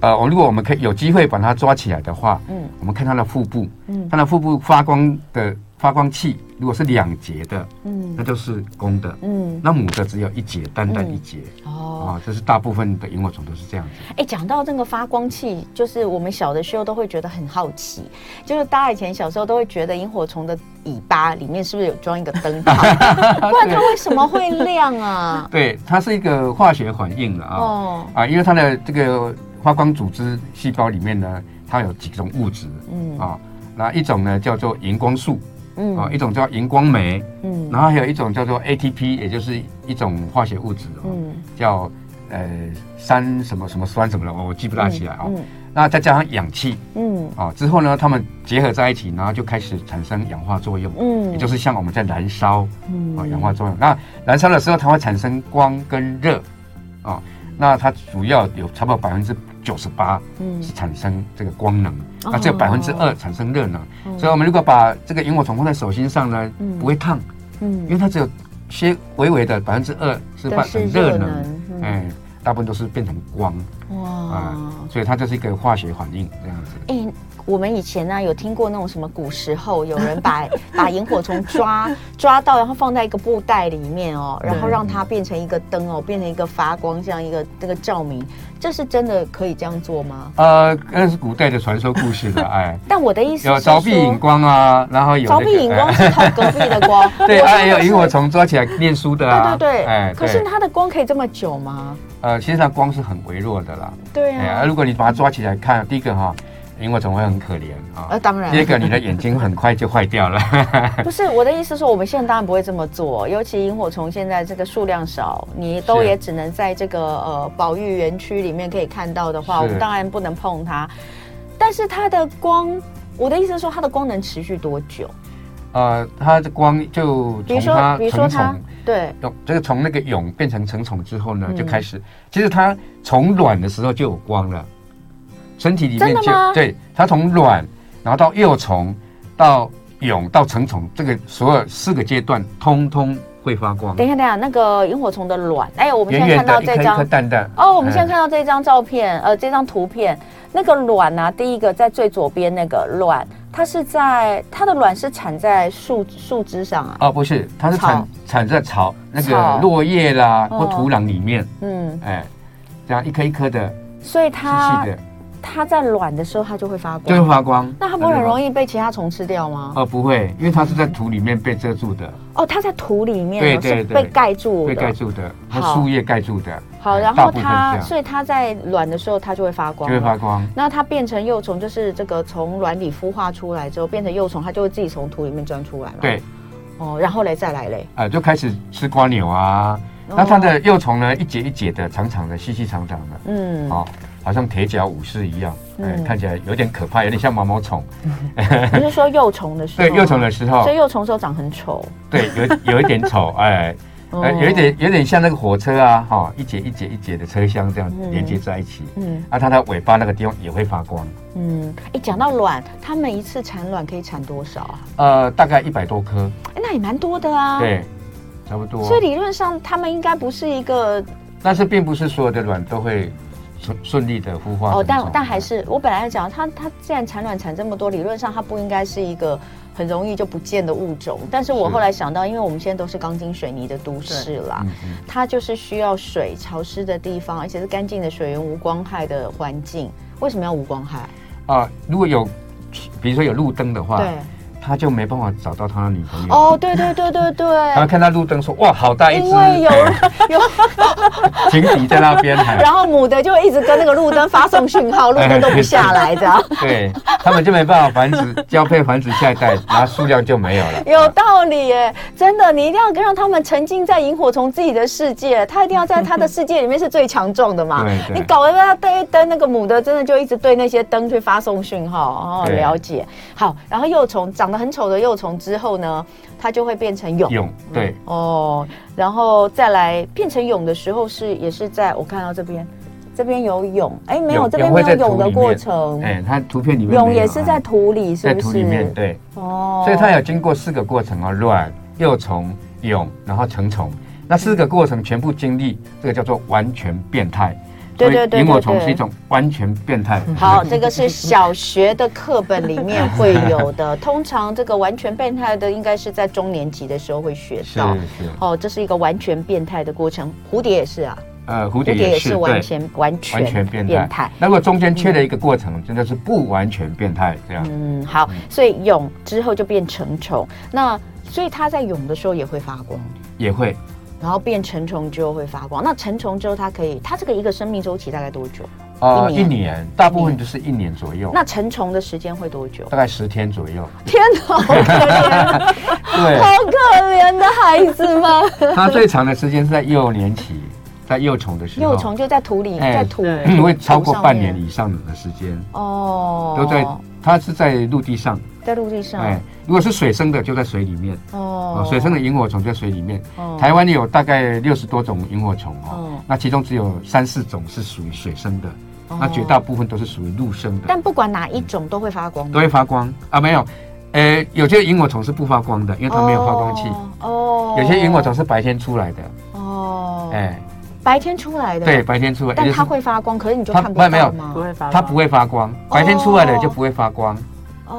Speaker 2: 呃，我如果我们可以有机会把它抓起来的话，
Speaker 1: 嗯
Speaker 2: 我们看它的腹部，
Speaker 1: 嗯
Speaker 2: 它的腹部发光的发光器，如果是两节的，
Speaker 1: 嗯
Speaker 2: 那就是公的。
Speaker 1: 嗯
Speaker 2: 那母的只有一节，单单
Speaker 1: 嗯
Speaker 2: 一节啊、
Speaker 1: 哦，
Speaker 2: 这是大部分的萤火虫都是这样子。
Speaker 1: 哎，讲到那个发光器，就是我们小的时候都会觉得很好奇，就是大家以前小时候都会觉得萤火虫的尾巴里面是不是有装一个灯 泡？不然它为什么会亮啊？
Speaker 2: 对，它是一个化学反应了啊、
Speaker 1: 哦，
Speaker 2: 啊，因为它的这个发光组织细胞里面呢，它有几种物质
Speaker 1: 嗯
Speaker 2: 啊，那一种呢叫做荧光素啊，
Speaker 1: 嗯
Speaker 2: 一种叫荧光酶，
Speaker 1: 嗯
Speaker 2: 然后还有一种叫做 ATP，也就是一种化学物质哦，
Speaker 1: 嗯，
Speaker 2: 叫呃三什么什么酸什么的，我我记不大起来啊、
Speaker 1: 嗯
Speaker 2: 那再加上氧气
Speaker 1: 嗯
Speaker 2: 啊，之后呢，它们结合在一起，然后就开始产生氧化作用，
Speaker 1: 嗯，
Speaker 2: 也就是像我们在燃烧。啊，
Speaker 1: 嗯
Speaker 2: 氧化作用。那燃烧的时候，它会产生光跟热，啊，那它主要有差不多百分之九十八
Speaker 1: 嗯
Speaker 2: 是产生这个光能，
Speaker 1: 哦嗯
Speaker 2: 那只有百分之二产生热能。所以我们如果把这个萤火虫放在手心上呢，不会烫，因
Speaker 1: 嗯，
Speaker 2: 为它只有些微微的百分之二是
Speaker 1: 的
Speaker 2: 换
Speaker 1: 是
Speaker 2: 成热
Speaker 1: 热
Speaker 2: 能
Speaker 1: 能，嗯哦
Speaker 2: 哎，大部分都是变成光
Speaker 1: 哇
Speaker 2: 啊，，所以它就是一个化学反应这样子。
Speaker 1: 哎、我们以前呢、有听过那种什么古时候有人把把萤火虫抓抓到，然后放在一个布袋里面哦，然后
Speaker 2: 对
Speaker 1: 让它变成一个灯哦，变成一个发光，这样一个这个照明，这是真的可以这样做吗？
Speaker 2: 呃，那是古代的传说故事了，哎，
Speaker 1: 但我的意思 是
Speaker 2: 有凿壁
Speaker 1: 说
Speaker 2: 引，光啊，然后有
Speaker 1: 凿
Speaker 2: 那
Speaker 1: 壁
Speaker 2: 个
Speaker 1: 引
Speaker 2: 哎，
Speaker 1: 光是投隔壁的光
Speaker 2: 对，
Speaker 1: 我
Speaker 2: 啊，
Speaker 1: 说
Speaker 2: 有
Speaker 1: 的是
Speaker 2: 萤火。虫抓起来念书的啊，
Speaker 1: 对对对，可是
Speaker 2: 对
Speaker 1: 它的光可以这么久吗？
Speaker 2: 呃，其实它光是很微弱的啦，
Speaker 1: 对
Speaker 2: 哎，啊
Speaker 1: 啊，
Speaker 2: 如果你把它抓起来看，第一个哈，萤火虫会很可怜
Speaker 1: 呃，
Speaker 2: 啊，
Speaker 1: 当然
Speaker 2: 第，二个你的眼睛很快就坏掉了，
Speaker 1: 不是我的意思是说，我们现在当然不会这么做，尤其萤火虫现在这个数量少，你都
Speaker 2: 是
Speaker 1: 也只能在这个呃保育园区里面可以看到的话，
Speaker 2: 是
Speaker 1: 我们当然不能碰它。但是它的光，我的意思是说，它的光能持续多久？
Speaker 2: 呃，它的光就
Speaker 1: 比如
Speaker 2: 从
Speaker 1: 说，
Speaker 2: 它
Speaker 1: 比如说
Speaker 2: 成
Speaker 1: 它
Speaker 2: 虫，，
Speaker 1: 对，
Speaker 2: 蛹这个从那个蛹变成成虫之后呢，
Speaker 1: 嗯
Speaker 2: 就开始，其实它从卵的时候就有光了，身体里
Speaker 1: 真
Speaker 2: 面
Speaker 1: 的
Speaker 2: 就
Speaker 1: 吗
Speaker 2: 对它从卵，然后到幼虫，到蛹，到成虫，这个所有四个阶段通通会发光
Speaker 1: 等，一下，等一下，那个萤火虫的卵，哎，我们现
Speaker 2: 圆
Speaker 1: 在看
Speaker 2: 圆
Speaker 1: 到
Speaker 2: 的一颗
Speaker 1: 这
Speaker 2: 一颗
Speaker 1: 张。
Speaker 2: 蛋蛋。
Speaker 1: 哦，我们现在
Speaker 2: 嗯
Speaker 1: 看到这张照片，呃，这张图片，那个卵啊，第一个在最左边那个卵，它是在它的卵是产在树树枝上啊，
Speaker 2: 哦，不是，它是
Speaker 1: 草
Speaker 2: 产产在草那
Speaker 1: 草
Speaker 2: 个落叶啦
Speaker 1: 哦
Speaker 2: 或土壤里面，
Speaker 1: 嗯，
Speaker 2: 哎，这样一颗一颗的
Speaker 1: 所以
Speaker 2: 细
Speaker 1: 它
Speaker 2: 细的
Speaker 1: 它在卵的时候它就会发
Speaker 2: 就
Speaker 1: 光，
Speaker 2: 会发光。
Speaker 1: 那它不会很容
Speaker 2: 易？
Speaker 1: 易被其他虫吃掉吗？
Speaker 2: 哦，不会，因为它是在土里面被遮住的。
Speaker 1: 哦，它在土里面
Speaker 2: 对
Speaker 1: 哦
Speaker 2: 对
Speaker 1: 是
Speaker 2: 对
Speaker 1: 被盖住的，
Speaker 2: 被盖住的，或
Speaker 1: 好
Speaker 2: 树叶盖住的。
Speaker 1: 好，
Speaker 2: 哎
Speaker 1: 然
Speaker 2: 大
Speaker 1: 后
Speaker 2: 部分
Speaker 1: 它
Speaker 2: 是这
Speaker 1: 所以它在卵的时候它就会发光
Speaker 2: 样就会
Speaker 1: 了，
Speaker 2: 发光。
Speaker 1: 那它变成幼虫，就是这个从卵里孵化出来之后变成幼虫，它就会自己从土里面钻出来嘛。
Speaker 2: 对，
Speaker 1: 哦，然后嘞再来嘞，
Speaker 2: 呃，就开始吃瓜牛啊。
Speaker 1: 哦
Speaker 2: 那它的幼虫呢，一节一节的，长长的，细细长长的，
Speaker 1: 嗯，
Speaker 2: 哦，好像铁脚武士一样，哎
Speaker 1: 嗯
Speaker 2: 看起来有点可怕，有点像毛毛虫。
Speaker 1: 你是说幼虫的时候？
Speaker 2: 对，幼虫，的时候
Speaker 1: 所，以幼虫的时候长很丑，
Speaker 2: 对，有有一点 丑，哎，
Speaker 1: 哦
Speaker 2: 呃，有一点有点像那个火车啊，哈，一节一节一节的车厢这
Speaker 1: 嗯
Speaker 2: 样连接在一起。
Speaker 1: 嗯，
Speaker 2: 啊，它的尾巴那个地方也会发光，
Speaker 1: 嗯嗯。哎，讲到卵，它每一次产卵可以产多少啊？
Speaker 2: 呃，大概一百多颗，
Speaker 1: 哎，那也蛮多的啊。。
Speaker 2: 对，差不多。
Speaker 1: 所以理论上，他们应该不是一个
Speaker 2: 但是并不是所有的卵都会顺顺利的孵化成
Speaker 1: 哦，但
Speaker 2: 虫
Speaker 1: 但还是我本来要讲，它它既然产卵产这么多，理论上它不应该是一个很容易就不见的物种。但是我
Speaker 2: 是
Speaker 1: 后来想到，因为我们现在都是钢筋水泥的都市啦，
Speaker 2: 嗯嗯
Speaker 1: 它就是需要水、潮湿的地方，而且是干净的水源、无光害的环境。为什么要无光害？
Speaker 2: 啊，如果有，比如说有路灯的话，
Speaker 1: 对，
Speaker 2: 他就没办法找到他的女朋友。
Speaker 1: 哦，对对对对
Speaker 2: 他
Speaker 1: 对，
Speaker 2: 会看到路灯说：“哇，好大一只！”
Speaker 1: 因为有
Speaker 2: 哎
Speaker 1: 有，
Speaker 2: 情敌在那 边，哎
Speaker 1: 然后母的就一直跟那个路灯发送讯号，路灯都不下来，这样。
Speaker 2: 对他们就没办法繁殖、交配、繁殖下一代，然后数量就没有了。
Speaker 1: 有道理耶，真的，你一定要让他们沉浸在萤火虫自己的世界，他一定要在他的世界里面是最强壮的嘛。
Speaker 2: 对对
Speaker 1: 啊你搞得他对一灯那个母的，真的就一直对那些灯去发送讯号。哦，
Speaker 2: 对
Speaker 1: 了解。好，然后幼虫长得很丑的幼虫之后呢，它就会变成蛹。
Speaker 2: 蛹对，
Speaker 1: 哦，然后再来变成蛹的时候是也是在我看到这边，这边有蛹，哎，没有，
Speaker 2: 蛹
Speaker 1: 这边
Speaker 2: 蛹
Speaker 1: 没
Speaker 2: 会
Speaker 1: 有
Speaker 2: 在
Speaker 1: 蛹
Speaker 2: 土
Speaker 1: 的
Speaker 2: 里
Speaker 1: 过
Speaker 2: 面
Speaker 1: 程。
Speaker 2: 哎，它图片里面
Speaker 1: 蛹
Speaker 2: 没
Speaker 1: 嗯
Speaker 2: 有
Speaker 1: 也是在
Speaker 2: 哎
Speaker 1: 土里，是
Speaker 2: 在
Speaker 1: 不是？
Speaker 2: 土里面，对，
Speaker 1: 哦，
Speaker 2: 所以它有经过四个过程啊，卵、幼虫、蛹，然后成虫。那四个过程全部经历，这个叫做完全变态。
Speaker 1: 对对对
Speaker 2: 所以萤火虫
Speaker 1: 对对
Speaker 2: 是一种完全变态。
Speaker 1: 好，这个是小学的课本里面会有的。通常这个完全变态的，应该是在中年级的时候会学
Speaker 2: 是
Speaker 1: 到。
Speaker 2: 是，
Speaker 1: 哦，这是一个完全变态的过程。蝴蝶也是啊，
Speaker 2: 呃，蝴
Speaker 1: 蝴
Speaker 2: 蝶
Speaker 1: 蝶
Speaker 2: 也
Speaker 1: 也
Speaker 2: 是
Speaker 1: 是完
Speaker 2: 对
Speaker 1: 全完
Speaker 2: 完
Speaker 1: 全
Speaker 2: 全变态。那如果中间缺了一个过程，真的是不完全变态这样。
Speaker 1: 嗯，好，所以蛹之后就变成虫。那所以它在蛹的时候也会发光，
Speaker 2: 也会，
Speaker 1: 然后变成虫就会发光。那成虫之后，它可以，它这个一个生命周期大概多久？
Speaker 2: 呃，
Speaker 1: 一
Speaker 2: 一
Speaker 1: 年
Speaker 2: 年，大部分就是一年左右，
Speaker 1: 那成虫的时间会多 久？
Speaker 2: 大概十天左右。
Speaker 1: 天 哪，好可怜，
Speaker 2: 对，
Speaker 1: 好可怜的孩子 们。
Speaker 2: 它最长的时间是在幼年期，在幼虫的时候，
Speaker 1: 幼虫就在土里，
Speaker 2: 哎
Speaker 1: 在土
Speaker 3: 对
Speaker 2: 嗯会超过半年
Speaker 1: 土上面
Speaker 2: 以上的时间
Speaker 1: 哦，
Speaker 2: 都在，它是在陆地上。
Speaker 1: 在陆地上，
Speaker 2: 哎，如果是水生的，就在水里面。
Speaker 1: 哦
Speaker 2: 哦，水生的萤火虫在水里面。
Speaker 1: 哦
Speaker 2: 台湾有大概六十多种萤火虫哦
Speaker 1: 哦，
Speaker 2: 那其中只有三四种是属于水生的，那绝大部分都是属于陆生的，
Speaker 4: 但不管哪一种都会发光
Speaker 2: 都
Speaker 4: 吗？
Speaker 2: 会发光啊。没有，呃，有些萤火虫是不发光的，因为它没有发光器。
Speaker 4: 哦
Speaker 2: 有些萤火虫是白天出来的，
Speaker 4: 哦，
Speaker 2: 哎，
Speaker 4: 白天出来的，
Speaker 2: 对，，白天出来，
Speaker 4: 但
Speaker 2: 也就
Speaker 4: 它
Speaker 2: 是
Speaker 4: 会发光，可是你就
Speaker 2: 啊它
Speaker 4: 看不到
Speaker 2: 没有
Speaker 4: 吗
Speaker 1: 不？会发光，
Speaker 2: 它不会发
Speaker 1: 哦
Speaker 2: 光，白天出来的就不会发光，
Speaker 4: 哦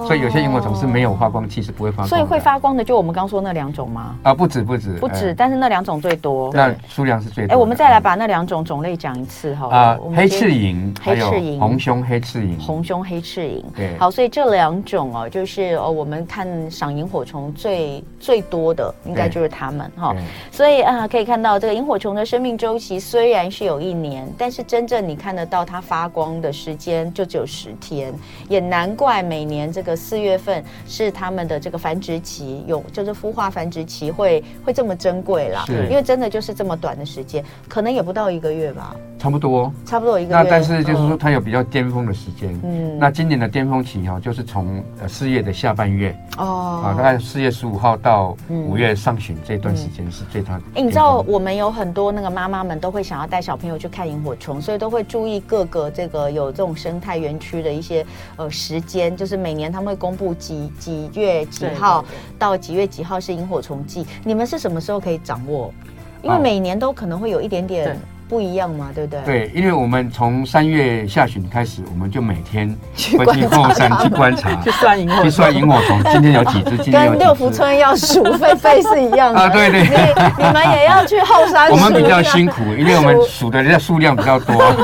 Speaker 2: 所以有些萤火虫是没有发，光器，是不会发光的。
Speaker 1: 所以会发光的就我们刚说那两种吗？
Speaker 2: 啊，不止不止
Speaker 1: 不止，
Speaker 2: 哎
Speaker 1: 但是那两种最多。
Speaker 2: 那数量是最多的。
Speaker 1: 哎，我们再来把那两种种类讲一次好了。
Speaker 2: 啊
Speaker 1: 我，们
Speaker 2: 黑
Speaker 1: 先
Speaker 2: 翅萤，
Speaker 1: 黑
Speaker 2: 还有
Speaker 1: 翅萤
Speaker 2: 红胸黑翅萤，
Speaker 1: 红胸黑翅萤。
Speaker 2: 对
Speaker 1: 好，所以这两种哦，就是哦，我们看赏萤火虫最最多的，应该
Speaker 2: 对
Speaker 1: 就是它们哈、
Speaker 2: 对
Speaker 1: 所以啊、可以看到这个萤火虫的生命周期虽然是有一年，但是真正你看得到它发光的时间就只有十天，也难怪每年这个四月份是它们的这个繁殖期，有就是孵化繁殖期会会这么珍贵啦，
Speaker 2: 是
Speaker 1: 因为真的就是这么短的时间，可能也不到一个月吧，
Speaker 2: 差不多。
Speaker 1: 差不多一个月。
Speaker 2: 那但是就是说，
Speaker 1: 嗯，
Speaker 2: 它有比较巅峰的时间。
Speaker 1: 嗯
Speaker 2: 那今年的巅峰期哈，就是从呃四月的下半月
Speaker 1: 哦
Speaker 2: 啊，大概四月十五号到
Speaker 1: 嗯
Speaker 2: 五月上旬这段时间是最它的巅峰。
Speaker 1: 哎，你知道我们有很多那个妈妈们都会想要带小朋友去看萤火虫，所以都会注意各个这个有这种生态园区的一些呃时间，就是每年他们会公布几几月几对号对到几月几号是萤火虫季。你们是什么时候可以掌握？因为
Speaker 2: 哦
Speaker 1: 每年都可能会有一点
Speaker 2: 对
Speaker 1: 点不一样嘛，对不对？，
Speaker 2: 对，因为我们从三月下旬开始，我们就每天会
Speaker 1: 观
Speaker 2: 去后山去观 察，
Speaker 1: 去算 萤火
Speaker 2: 去算萤火虫，今天有几只，今天有
Speaker 4: 跟
Speaker 2: 几只。
Speaker 4: 六福村要 数狒狒是一样的
Speaker 2: 啊，对对
Speaker 4: 你你们也要去后山数
Speaker 2: 我
Speaker 4: 一下。
Speaker 2: 们比较
Speaker 1: 啊
Speaker 2: 辛苦，因为我们数的人数量比 较多。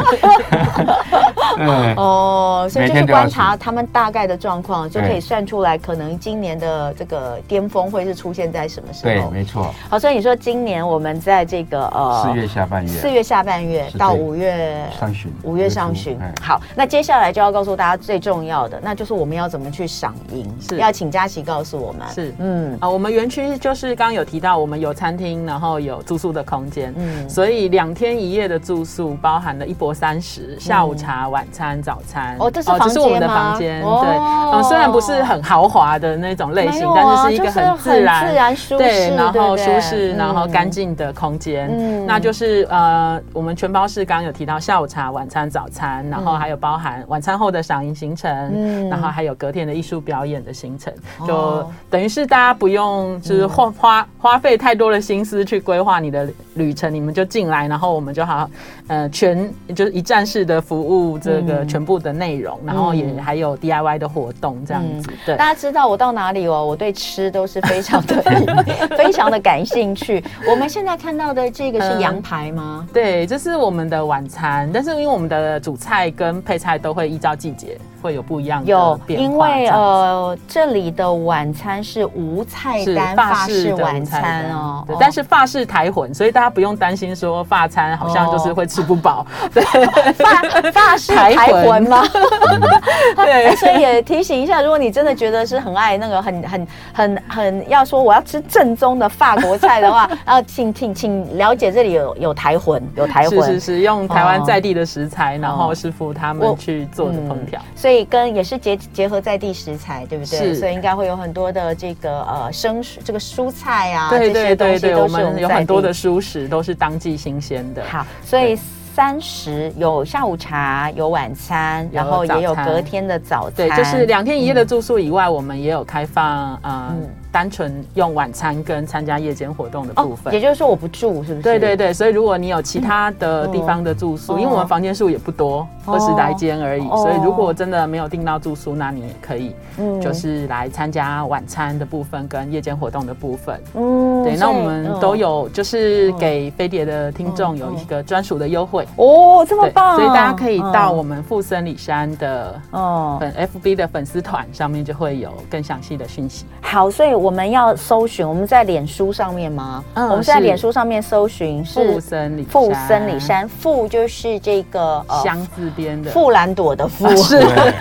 Speaker 2: 对，
Speaker 1: 哦，所以
Speaker 2: 每
Speaker 1: 就
Speaker 2: 天
Speaker 1: 是
Speaker 2: 都要
Speaker 1: 观察
Speaker 2: 数
Speaker 1: 他们大概的状况，就可以
Speaker 2: 对
Speaker 1: 算出来可能今年的这个巅峰会是出现在什么时
Speaker 2: 对，
Speaker 1: 候。
Speaker 2: 没错，
Speaker 1: 好，所以你说今年我们在这个呃
Speaker 2: 四月下半月，
Speaker 1: 四月下半月
Speaker 2: 是
Speaker 1: 到
Speaker 2: 对
Speaker 1: 五月
Speaker 2: 上旬
Speaker 1: 五月上旬
Speaker 2: 五月初哎。
Speaker 1: 好，那接下来就要告诉大家最重要的，那就是我们要怎么去赏萤，
Speaker 5: 是
Speaker 1: 要请佳琪告诉我们。
Speaker 5: 是
Speaker 1: 嗯，
Speaker 5: 啊，我们园区就是刚刚有提到，我们有餐厅，然后有住宿的空间，
Speaker 1: 嗯
Speaker 5: 嗯，所以两天一夜的住宿包含了一泊三食，下午茶、晚餐、早餐。
Speaker 1: 哦这是
Speaker 5: 只是我们的
Speaker 1: 房
Speaker 5: 房
Speaker 1: 间
Speaker 5: 间，
Speaker 1: 吗
Speaker 5: 对，
Speaker 1: 哦
Speaker 5: 嗯，虽然不是很豪华的那种类
Speaker 1: 没
Speaker 5: 型
Speaker 1: 有，
Speaker 5: 但是
Speaker 1: 啊
Speaker 5: 是一个
Speaker 1: 就是
Speaker 5: 很
Speaker 1: 很
Speaker 5: 自然、
Speaker 1: 自然舒适
Speaker 5: 对，然后
Speaker 1: 对
Speaker 5: 舒
Speaker 1: 不对
Speaker 5: 适，然后
Speaker 1: 嗯
Speaker 5: 干净的空间。
Speaker 1: 嗯
Speaker 5: 嗯，那就是呃，我们全包式刚刚有提到下午茶、晚餐、早餐，然后还有包含晚餐后的赏萤行程，
Speaker 1: 嗯
Speaker 5: 然后还有隔天的艺术表演的行程，
Speaker 1: 哦
Speaker 5: 就等于是大家不用
Speaker 1: 嗯
Speaker 5: 就是花花花费太多的心思去规划你的旅程，你们就进来，然后我们就好，呃，全就是一站式的服务这
Speaker 1: 嗯
Speaker 5: 个全部的内容，然后也还有 DIY 的活动这样子，对
Speaker 1: 大。家知道我到哪里哦，我对吃都是非常 的 非常的感兴趣。我们现在看到的这个是
Speaker 5: 嗯
Speaker 1: 羊排吗？
Speaker 5: 对，这是我们的晚餐，但是因为我们的主菜跟配菜都会依照季节会有不一样的
Speaker 1: 有，
Speaker 5: 变化，
Speaker 1: 因为
Speaker 5: 这样子
Speaker 1: 呃，这里的晚餐是无菜
Speaker 5: 是
Speaker 1: 单
Speaker 5: 法式的
Speaker 1: 晚
Speaker 5: 午餐
Speaker 1: 餐哦
Speaker 5: 对，
Speaker 1: 哦
Speaker 5: 但 是法式台混，所以大家不用担心说法餐好像
Speaker 1: 哦
Speaker 5: 就是会吃不饱， 对
Speaker 1: 发 发式
Speaker 5: 台
Speaker 1: 台
Speaker 5: 魂
Speaker 1: 魂吗？
Speaker 5: 对
Speaker 1: 所以也提醒一下，如果你真的觉得是很爱那个很很很很要说我要吃正宗的法国菜的 话，然后请请请了解这里有有台魂，有台
Speaker 5: 是
Speaker 1: 魂。嗯
Speaker 5: 是是，用台湾在地的食材，然
Speaker 1: 哦
Speaker 5: 后师傅他
Speaker 1: 我嗯
Speaker 5: 们去做的烹调。
Speaker 1: 所以跟也是结结合在地食材，对不对？
Speaker 5: 是
Speaker 1: 所以应该会有很多的这个呃生这个蔬菜啊，
Speaker 5: 对
Speaker 1: 这
Speaker 5: 对
Speaker 1: 些东
Speaker 5: 对
Speaker 1: 西
Speaker 5: 对，
Speaker 1: 都
Speaker 5: 我
Speaker 1: 是我
Speaker 5: 们
Speaker 1: 们
Speaker 5: 有
Speaker 1: 在
Speaker 5: 很多
Speaker 1: 地
Speaker 5: 的蔬食都是当季新鲜的。
Speaker 1: 好，所以三十有下午茶，有晚餐，然后也有
Speaker 5: 早餐
Speaker 1: 隔天的早餐，
Speaker 5: 对，就是两天一夜的住宿以外，我们也有开放呃
Speaker 1: 嗯
Speaker 5: 单纯用晚餐跟参加夜间活动的部
Speaker 1: 哦，
Speaker 5: 分
Speaker 1: 也。就是说我不住，是不是？
Speaker 5: 对对对，所以如果你有其他的地方的住宿，
Speaker 1: 嗯
Speaker 5: 因为我们房间数也不多，
Speaker 1: 哦
Speaker 5: 二十来间而已，
Speaker 1: 哦
Speaker 5: 所以如果真的没有订到住宿，那你也可以
Speaker 1: 嗯
Speaker 5: 就是来参加晚餐的部分跟夜间活动的部分。
Speaker 1: 嗯
Speaker 5: 对，那
Speaker 1: 所以
Speaker 5: 我们都有就是给飞碟的听众有一个专属的优惠，
Speaker 1: 嗯哦，这么
Speaker 5: 对，
Speaker 1: 棒，
Speaker 5: 所以大家可以到
Speaker 1: 嗯
Speaker 5: 我们富森里山的
Speaker 1: 哦。
Speaker 5: 粉 FB 的粉丝团上面就会有更详细的讯息。
Speaker 1: 好，所以我们要搜寻，我们在脸书上面吗？
Speaker 5: 嗯
Speaker 1: 我们是在
Speaker 5: 是
Speaker 1: 脸书上面搜寻
Speaker 5: 富
Speaker 1: 是
Speaker 5: 森里山
Speaker 1: 富森里山，富就是这个呃
Speaker 5: 香字边的
Speaker 1: 哦
Speaker 5: 啊
Speaker 1: 富兰朵的富，
Speaker 5: 是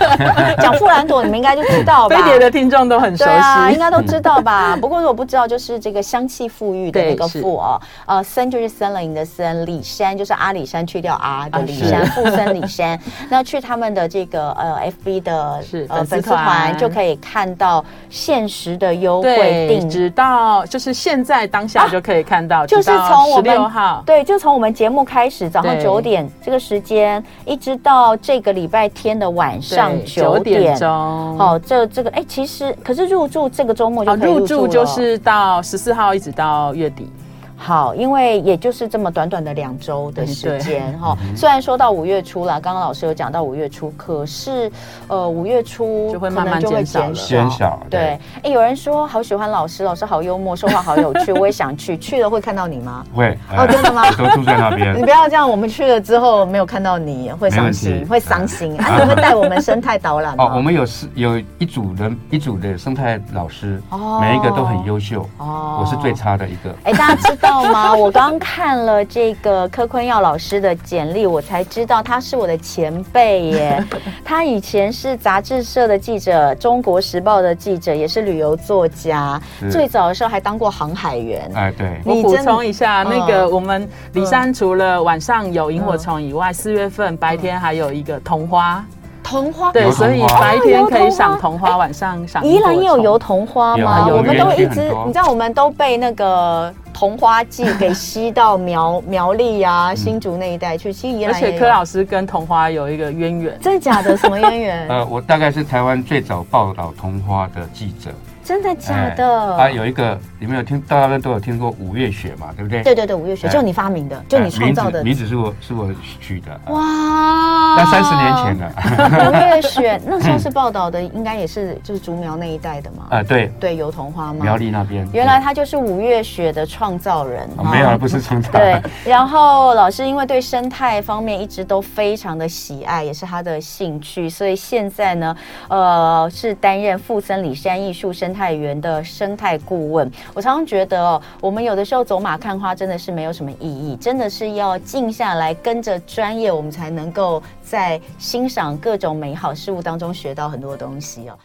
Speaker 1: 讲富兰朵，你们应该就知道吧？
Speaker 5: 飞碟的听众都很 熟
Speaker 1: 对
Speaker 5: 悉，
Speaker 1: 啊，应该都知道吧？ 不过如果不知道，就是这个香气馥郁的那个
Speaker 5: 对是
Speaker 1: 馥哦，呃，森就是森林的森，里山就是阿里山去掉 R 的
Speaker 5: 啊
Speaker 1: 里
Speaker 5: 是
Speaker 1: 山，富森里 山。那去他们的这个呃 FB 的
Speaker 5: 是
Speaker 1: 呃
Speaker 5: 粉
Speaker 1: 粉
Speaker 5: 丝
Speaker 1: 丝团，
Speaker 5: 团
Speaker 1: 就可以看到限时的优惠
Speaker 5: 对，
Speaker 1: 定啊
Speaker 5: 直到就是现在当下就可以看到，
Speaker 1: 就是从我
Speaker 5: 十
Speaker 1: 们
Speaker 5: 六号，
Speaker 1: 对，就从我们节目开始，早上
Speaker 5: 对
Speaker 1: 九点这个时间，一直到这个礼拜天的晚上
Speaker 5: 对
Speaker 1: 九
Speaker 5: 9
Speaker 1: 点
Speaker 5: 点。钟。
Speaker 1: 哦，这这个哎，其实可是入住这个周末就
Speaker 5: 哦，
Speaker 1: 可以
Speaker 5: 入住
Speaker 1: 了
Speaker 5: 就是到十四号一直到月底，
Speaker 1: 好，因为也就是这么短短的两周
Speaker 5: 哎
Speaker 1: 的时 间哈。虽然说到五月初啦，刚刚老师有讲到五月初，可是呃五月初
Speaker 5: 就会
Speaker 1: 可
Speaker 5: 慢
Speaker 1: 能
Speaker 5: 慢
Speaker 1: 就会
Speaker 5: 减少
Speaker 1: 减
Speaker 5: 了
Speaker 2: 减少
Speaker 1: 对，哎
Speaker 2: 对、
Speaker 1: 有人说好喜欢老师，老师好幽默，说话好有趣， 我也想去。去了会看到你吗？
Speaker 2: 会
Speaker 1: 哦，真的吗？
Speaker 2: 哎都住在那边
Speaker 1: 你。 不要这样，我们去了之后没有看到你，会伤
Speaker 2: 没问
Speaker 1: 心，
Speaker 2: 题哎
Speaker 1: 会伤心。啊， 你会带我们生态导览吗？
Speaker 2: 哦，我们有四有一组人，一组的生态老师，
Speaker 1: 哦
Speaker 2: 每一个都很优秀，
Speaker 1: 哦
Speaker 2: 我是最差的一个。
Speaker 1: 哎，大家知道吗？我刚看了这个柯坤耀老师的简历，我才知道他是我的前辈耶。 他以前是杂志社的记者，《中国时报》的记者，也是旅游作家。
Speaker 2: 是
Speaker 1: 最早的时候还当过航海员。
Speaker 2: 嗯哎，对，
Speaker 5: 我
Speaker 1: 你
Speaker 5: 补
Speaker 1: 真的
Speaker 5: 充一下，
Speaker 1: 嗯
Speaker 5: 那个我们里山除了晚上有萤火虫以外，四月份白
Speaker 1: 嗯
Speaker 5: 天还有一个桐花，
Speaker 1: 桐花，
Speaker 5: 对，
Speaker 2: 有桐花
Speaker 5: 所以白天可以赏
Speaker 1: 哦有桐
Speaker 5: 桐花，晚上赏
Speaker 1: 宜
Speaker 5: 萤火
Speaker 1: 兰
Speaker 5: 虫。
Speaker 1: 也有油桐花吗？
Speaker 2: 有啊
Speaker 1: 我们
Speaker 2: 有
Speaker 1: 都
Speaker 2: 园区
Speaker 1: 一
Speaker 2: 很
Speaker 1: 直
Speaker 2: 多，
Speaker 1: 你知道，我们都被那个桐花季给吸到苗 苗栗啊、
Speaker 2: 嗯
Speaker 1: 新竹那一带去。其实宜
Speaker 5: 而
Speaker 1: 兰也
Speaker 5: 且
Speaker 1: 有
Speaker 5: 柯老师跟桐花有一个渊源，
Speaker 1: 真的假的？什么渊 源？
Speaker 2: 呃，我大概是台湾最早报道桐花的记者。
Speaker 1: 真的假
Speaker 2: 哎啊，
Speaker 1: 的？
Speaker 2: 有一个你们有听，大家都有听过五月雪嘛，对不对？
Speaker 1: 对对对，五月雪
Speaker 2: 哎
Speaker 1: 就你发明的，就你创造的
Speaker 2: 哎。名字名字是我是我取的。哇，
Speaker 1: 哇！
Speaker 2: 那三十年前了。
Speaker 1: 前，五月雪那时候是报道的，应该也是 就是竹苗那一带的嘛？
Speaker 2: 啊，对，
Speaker 1: 对，油桐花吗？
Speaker 2: 苗栗那边。嗯
Speaker 1: 原来他就是五月雪的创造人。
Speaker 2: 哦
Speaker 1: 哈
Speaker 2: 没有，不是从他。
Speaker 1: 对， 然后老师因为对生态方面一直都非常的喜爱，也是他的兴趣，所以现在呢，呃，是担任富森里山艺术生态园的生态顾问。我常常觉得哦，我们有的时候走马看花真的是没有什么意义，真的是要静下来，跟着专业，我们才能够在欣赏各种美好事物当中学到很多东西哦。